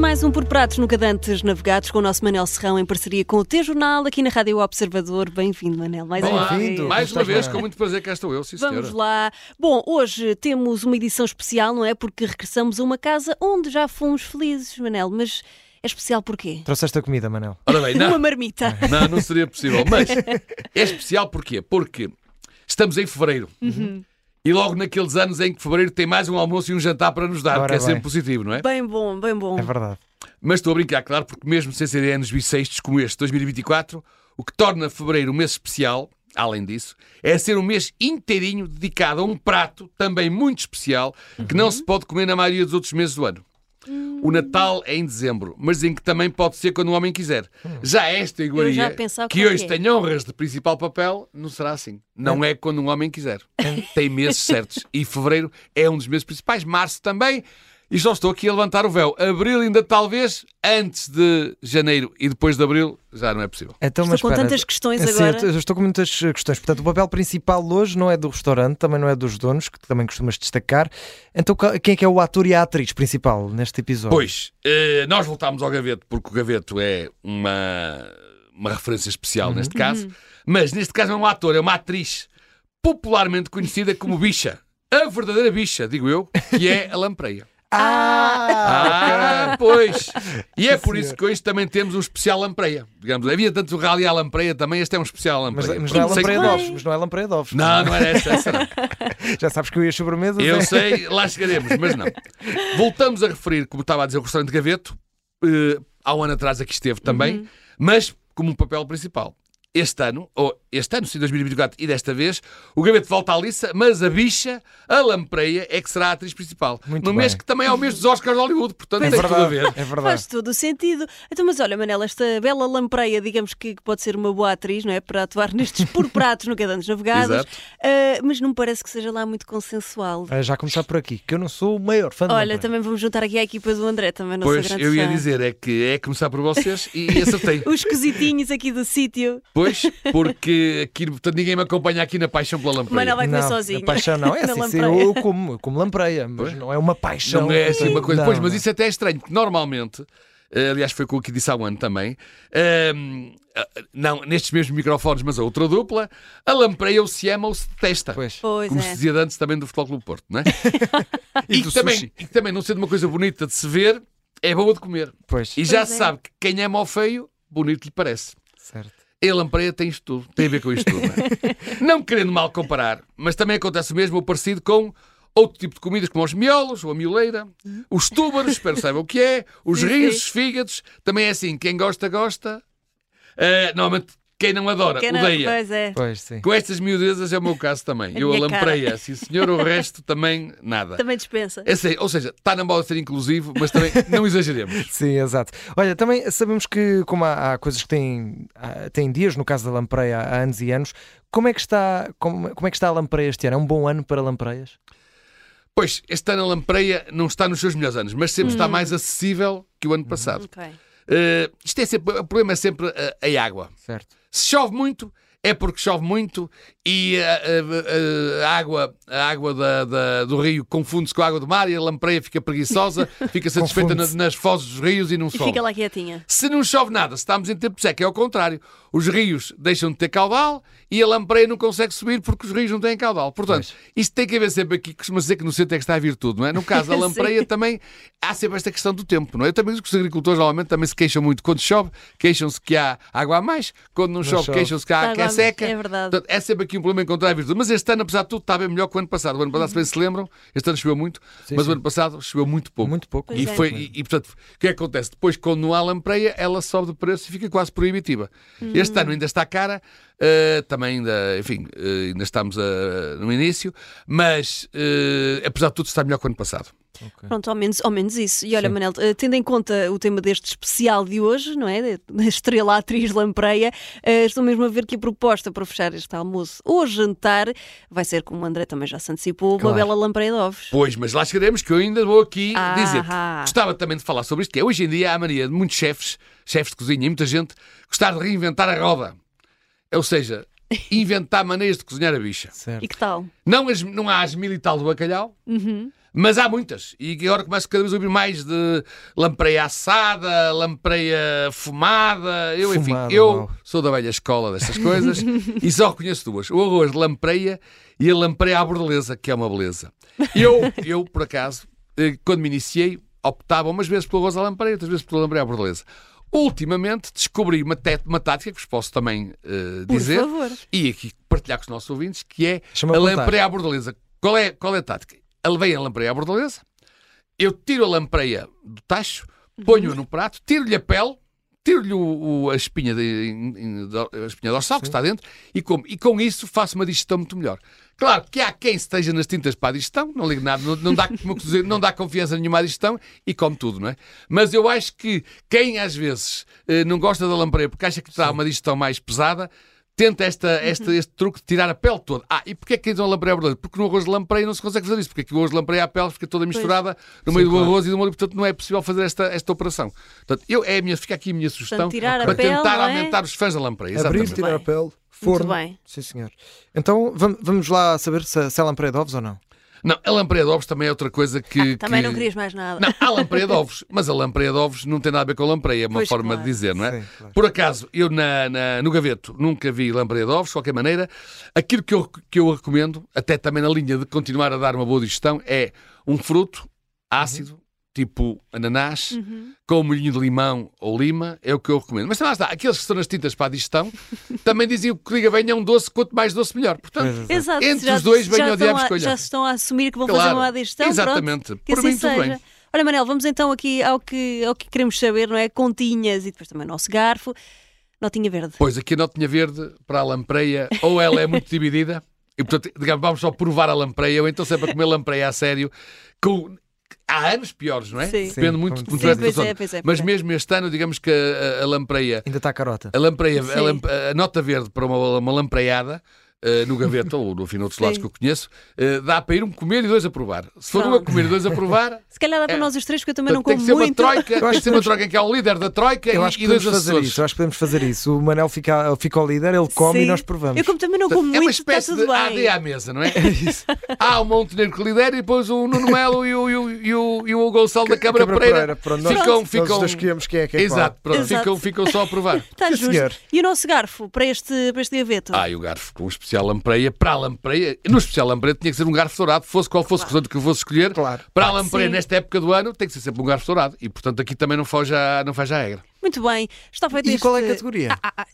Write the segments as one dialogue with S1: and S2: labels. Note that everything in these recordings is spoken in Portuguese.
S1: mais um Por Pratos no Cadantes Navegados com o nosso Manel Serrão em parceria com o T-Jornal aqui na Rádio Observador. Bem-vindo, Manel. Mais uma
S2: Olá,
S1: vez.
S3: Bem-vindo.
S2: mais uma
S3: Estás
S2: vez,
S3: bem?
S2: com muito prazer, cá estou eu, sim
S1: Vamos
S2: senhora.
S1: lá. Bom, hoje temos uma edição especial, não é? Porque regressamos a uma casa onde já fomos felizes, Manel. Mas é especial porquê?
S3: Trouxeste a comida, Manel.
S2: Ora bem,
S1: Uma
S2: não, É.
S1: marmita.
S2: não, não seria possível, mas é especial porquê? Porque estamos em fevereiro.
S1: Uhum.
S2: E logo naqueles anos em que fevereiro tem mais um almoço e um jantar para nos dar,
S3: Ora
S2: que é
S3: bem.
S2: sempre positivo, não é?
S1: Bem bom, bem bom.
S3: É verdade.
S2: Mas estou a brincar, claro, porque mesmo sem serem anos bissextos como este, 2024, o que torna fevereiro um mês especial, além disso, é ser um mês inteirinho dedicado a um prato também muito especial que
S1: Uhum.
S2: não se pode comer na maioria dos outros meses do ano. O Natal é em dezembro, mas em que também pode ser quando o homem quiser. Já esta
S1: já
S2: iguaria,
S1: pensava
S2: que
S1: qual
S2: hoje
S1: é.
S2: tem honras de principal papel, não será assim. Não é quando um homem quiser. Tem meses certos. E fevereiro é um dos meses principais. Março também. E só estou aqui a levantar o véu. Abril ainda talvez, antes de janeiro e depois de abril, já não é possível.
S3: Então,
S1: Estou
S3: mas
S1: com
S3: espera.
S1: tantas questões
S3: É, sim,
S1: agora.
S3: eu estou com muitas eh, questões. Portanto, o papel principal hoje não é do restaurante, também não é dos donos, que também costumas destacar. Então, qual- quem é que é o ator e a atriz principal neste episódio?
S2: Pois, eh, nós voltámos ao Gaveto, porque o Gaveto é uma, uma referência especial
S3: Uhum.
S2: neste caso. Mas neste caso não é um ator, é uma atriz popularmente conhecida como Bicha. A verdadeira bicha, digo eu, que é a Lampreia.
S3: Ah!
S2: Ah, pois! E é por isso que hoje também temos um especial lampreia. Digamos, havia tanto o rally à lampreia também, este é um especial
S3: Mas,
S2: lampreia.
S3: mas não é
S2: Portanto, sei
S3: lampreia
S2: que-
S3: de ovos, mas não é lampreia de ovos.
S2: Não, não era essa, essa não.
S3: Já sabes que eu ia às sobremesas.
S2: Eu
S3: é?
S2: sei, lá chegaremos, mas não. Voltamos a referir, como estava a dizer, o restaurante Gaveto, eh, há um ano atrás aqui esteve também, mas como um papel principal. Este ano, ou este ano, sim, 2024, e desta vez, o Gaveto volta à liça, mas a bicha, a lampreia, é que será a atriz principal.
S3: Muito
S2: no
S3: bem.
S2: mês que também é o mês dos Oscars de Hollywood, portanto
S3: É
S2: tem tudo a ver.
S3: verdade. É verdade.
S1: Faz todo o sentido. Então, mas olha, Manela, esta bela lampreia, digamos que que pode ser uma boa atriz, não é? Para atuar nestes por pratos no Cadantes Navegados,
S2: Exato.
S1: Ah, mas não me parece que seja lá muito consensual.
S3: Ah, Já começar por aqui, que eu não sou o maior fã de
S1: Olha,
S3: lampreia.
S1: também vamos juntar aqui à equipa do André, também não
S2: Pois,
S1: sou grande
S2: eu ia
S1: fã.
S2: dizer, é que é começar por vocês e acertei.
S1: Os coisitinhos aqui do sítio.
S2: pois, porque aqui, portanto, ninguém me acompanha aqui na paixão pela
S1: O
S2: lampreia.
S1: Manel vai comer
S3: não,
S1: sozinho.
S3: a Paixão não, é
S1: Na
S3: assim, sim,
S1: lampreia.
S3: eu como, eu como lampreia, mas não é uma paixão.
S2: Não é assim uma coisa.
S3: Não,
S2: pois, mas
S3: não.
S2: isso até é estranho, porque normalmente, eh, aliás, foi com o que disse há um ano também, ehm, ah, não, nestes mesmos microfones, mas a outra dupla, a lampreia ou se ama ou se detesta.
S3: Pois.
S1: Pois
S2: Como
S1: é.
S2: se dizia de antes também do Futebol Clube Porto, não é? e,
S3: do
S2: que também,
S3: sushi.
S2: e que também, não sendo uma coisa bonita de se ver, é boa de comer.
S3: Pois,
S2: E já
S1: Pois
S2: se
S1: é.
S2: sabe que quem ama ao feio, bonito lhe parece.
S3: certo.
S2: E a lampreia tem isto tudo, tem a ver com isto tudo. Não, é? Não querendo mal comparar, mas também acontece o mesmo ou parecido com outro tipo de comidas, como os miolos, ou a mioleira, os túbaros, espero que saibam o que é, os
S1: Sim,
S2: rins,
S1: sim.
S2: os fígados. Também é assim, quem gosta, gosta. Eh, normalmente, quem não adora,
S1: Pequena-
S2: odeia.
S1: Pois é.
S3: Pois, sim.
S2: Com estas miudezas é o meu caso também.
S1: A
S2: Eu a
S1: minha cara.
S2: lampreia, sim senhor, o resto também nada.
S1: Também dispensa.
S2: É assim, ou seja, está na moda ser inclusivo, mas também não exageremos.
S3: Sim, exato. Olha, também sabemos que, como há, há coisas que têm, há- têm dias, no caso da lampreia, há anos e anos, como é que está, como, como é que está a lampreia este ano? É um bom ano para lampreias?
S2: Pois, este ano a lampreia não está nos seus melhores anos, mas sempre
S1: Hum.
S2: está mais acessível que o ano passado.
S1: Ok.
S2: Eh, isto é sempre, o problema é sempre eh, a água.
S3: Certo.
S2: Se chove muito, é porque chove muito e eh, eh, eh, a água, a água da- da- do rio confunde-se com a água do mar e a lampreia fica preguiçosa, fica satisfeita na-
S3: Confunde-se.
S2: nas fozes dos rios e não
S1: E
S2: sobe.
S1: fica lá quietinha.
S2: Se não chove nada, se estamos em tempo seco, é ao contrário. Os rios deixam de ter caudal e a lampreia não consegue subir porque os rios não têm caudal. Portanto, isto tem que haver sempre aqui, costuma dizer que no centro é que está a virtude, não é? No caso da
S1: Sim.
S2: lampreia também há sempre esta questão do tempo, não é? Eu também digo que os agricultores normalmente também se queixam muito. Quando chove, queixam-se que há água a mais. Quando não, chove,
S3: chove.
S2: queixam-se que, há,
S1: Água
S2: que é
S1: a-
S2: seca.
S1: é verdade.
S2: Portanto, é sempre aqui um problema encontrar a virtude. Mas este ano, apesar de tudo, está bem melhor que o ano passado. O ano passado, se bem se lembram, este ano choveu muito,
S3: Sim,
S2: mas
S3: sim.
S2: o ano passado choveu muito pouco.
S3: Muito pouco.
S1: Pois
S2: E,
S1: é.
S2: foi, e, e, portanto, o que é que acontece? Depois, quando não há lampreia, ela sobe de preço e fica quase proibitiva.
S1: Uhum.
S2: Este ano ainda está cara, eh, também ainda, enfim, eh, ainda estamos eh, no início, mas eh, apesar de tudo está melhor que o ano passado. É.
S1: Pronto, ao menos, ao menos isso. E olha,
S3: Sim.
S1: Manel, eh, tendo em conta o tema deste especial de hoje, não é? Da estrela atriz Lampreia, eh, estou mesmo a ver que a proposta para fechar este almoço ou jantar vai ser, como o André também já se antecipou,
S3: Claro.
S1: uma bela Lampreia de ovos.
S2: Pois, mas lá chegaremos que eu ainda vou aqui
S1: Ah,
S2: dizer-te.
S1: ah.
S2: Gostava também de falar sobre isto, que é hoje em dia há a mania de muitos chefes, chefes de cozinha e muita gente, gostar de reinventar a roda. Ou seja, inventar maneiras de cozinhar a bicha.
S3: Certo.
S1: E que tal?
S2: Não, as- não há as mil e tal do bacalhau, Mas há muitas. E agora começo cada vez a ouvir mais de lampreia assada, lampreia fumada. Eu,
S3: Fumada,
S2: enfim, eu
S3: uau.
S2: sou da velha escola destas coisas e só conheço duas. O arroz de lampreia e a lampreia à bordeleza, que é uma beleza. Eu, eu por acaso, eh, quando me iniciei, optava umas vezes pelo arroz à lampreia, outras vezes pelo lampreia à bordeleza. Ultimamente descobri uma, té- uma tática que vos posso também eh,
S1: Por
S2: dizer
S1: favor.
S2: e aqui partilhar com os nossos ouvintes, que é
S3: Deixa-me
S2: a
S3: apontar.
S2: lampreia à bordeleza. Qual é, qual é a tática? Eu Levei a lampreia à bordeleza, eu tiro a lampreia do tacho, ponho-a no prato, tiro-lhe a pele, tiro-lhe o- o- a, espinha de- em- em- do- a espinha dorsal que está dentro e como. E com isso faço uma digestão muito melhor. Claro que há quem esteja nas tintas para a digestão, não ligo nada, não, não dá, como eu costumo dizer, não dá confiança nenhuma à digestão e come tudo, não é? Mas eu acho que quem às vezes eh, não gosta da lampreia porque acha que está uma digestão mais pesada, Tenta esta,
S1: Uhum.
S2: esta- este truque de tirar a pele toda. Ah, e porquê é que então a lampreia à bordeleza? Porque no arroz de lampreia não se consegue fazer isso, porque aqui o arroz de lampreia à pele fica toda misturada no meio do arroz e do molho, portanto não é possível fazer esta, esta operação. Portanto, eu, é a minha, fica aqui a minha sugestão
S1: tirar a
S2: para
S1: pele,
S2: tentar
S1: não é?
S2: aumentar os fãs da lampreia.
S3: Abrir,
S2: Exatamente.
S3: tirar a
S1: bem.
S3: pele, forno.
S1: bem.
S3: Sim, senhor. Então vam- vamos lá saber se, se é lampreia de ovos ou não.
S2: Não, a lampreia de ovos também é outra coisa que.
S1: Ah, Também
S2: que-
S1: não querias mais nada.
S2: Não, há lampreia de ovos, mas a lampreia de ovos não tem nada a ver com a lampreia, é uma
S1: Pois,
S2: forma
S1: claro.
S2: de dizer, não é?
S3: Sim, claro.
S2: Por acaso, eu na, na- no gaveto nunca vi lampreia de ovos, de qualquer maneira. Aquilo que eu, que eu recomendo, até também na linha de continuar a dar uma boa digestão, é um fruto ácido, tipo ananás, com um molhinho de limão ou lima, é o que eu recomendo. Mas lá está, aqueles que estão nas tintas para a digestão, também diziam que liga bem é um doce, quanto mais doce melhor.
S1: é.
S2: Portanto,
S1: Exato,
S2: Entre
S1: já,
S2: os dois, venha
S1: já
S2: o diabo
S1: estão a-
S2: escolha.
S1: Já se estão a assumir que vão fazer
S2: Claro,
S1: uma digestão.
S2: exatamente.
S1: Pronto, que
S2: Por
S1: assim
S2: mim, tudo
S1: seja.
S2: bem.
S1: Ora, Manel, vamos então aqui ao que, ao que queremos saber, não é? Continhas e depois também o nosso garfo. Notinha verde.
S2: Pois, aqui a notinha verde para a lampreia, ou ela é muito dividida, e portanto, digamos, vamos só provar a lampreia, ou então sempre a comer lampreia a sério, com... Há anos piores, não é?
S1: Sim.
S2: Depende
S3: Sim,
S2: muito
S3: como
S2: do resto
S1: tu dizes.
S2: da
S1: Sim, pois é,
S2: zona.
S1: pois é, pois
S2: Mas
S1: é.
S2: mesmo este ano, digamos que a, a- a lampreia,
S3: Ainda está a carota.
S2: a, lampreia,
S1: Sim.
S2: a, lamp- a nota verde para uma, uma lampreada, eh, no gaveta, ou no final dos lados
S1: Sim.
S2: que eu conheço, eh, dá para ir um comer e dois a provar. Se for um a
S1: Pronto.
S2: comer e dois a provar,
S1: Se calhar dá para
S2: É.
S1: nós os três, porque eu também não
S2: tem
S1: como
S2: que ser uma
S1: muito.
S2: troika, tem
S3: acho
S2: que
S3: que
S2: ser uma troika em que é o líder da troika
S3: Eu
S2: e-
S3: acho que
S2: e dois
S3: podemos fazer
S2: assessores.
S3: isso. Eu acho que podemos fazer isso. O Manel fica, fica ao líder, ele come
S1: Sim.
S3: e nós provamos.
S1: Eu como também não como
S2: é uma
S1: muito, está
S2: espécie
S1: tudo
S2: de AD
S1: bem.
S2: à mesa, não é? Há um o Montenegro que lidera e depois o Nuno Melo e o, e o, e o, e o Gonçalo da Câmara,
S3: Câmara Pereira,
S2: Pereira.
S3: pronto, nós-
S2: ficam,
S3: nós
S2: ficam...
S3: dois escolhemos quem é que é qual.
S2: Exato, pronto,
S1: Exato.
S2: Ficam, ficam só a provar.
S1: Está
S3: Sim,
S1: justo.
S3: senhor.
S1: E o nosso garfo para este, para este gaveto?
S2: Ah, e o garfo com um especial lampreia. Para a lampreia, no especial lampreia tinha que ser um garfo dourado, fosse qual fosse o restaurante que eu fosse escolher.
S3: Claro.
S2: Para a lampreia,
S1: Sim.
S2: nesta época do ano, tem que ser sempre um garfo dourado. E, portanto, aqui também não foge à, não foge à regra.
S1: Muito bem. Está feito
S3: E
S1: este...
S3: qual é a categoria?
S1: Ah, ah, ah,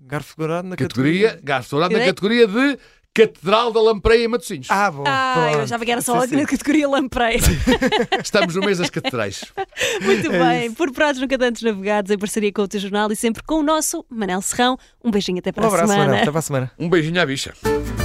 S3: Garfo dourado na categoria.
S2: Categoria, garfo dourado na
S1: Eu é dei-
S2: categoria de Catedral da Lampreia em Matosinhos.
S3: Ah, bom.
S1: Ah, eu
S3: pronto.
S1: já vi que era só
S3: Sim,
S1: a
S3: sim.
S1: categoria lampreia.
S2: Estamos no mês das catedrais.
S1: Muito
S3: É
S1: bem. Por pratos nunca tantos navegados, em parceria com o teu jornal e sempre com o nosso Manel Serrão. Um beijinho até para
S3: Um
S1: a
S3: abraço,
S1: semana.
S3: Manel. Até para a semana.
S2: Um beijinho à bicha.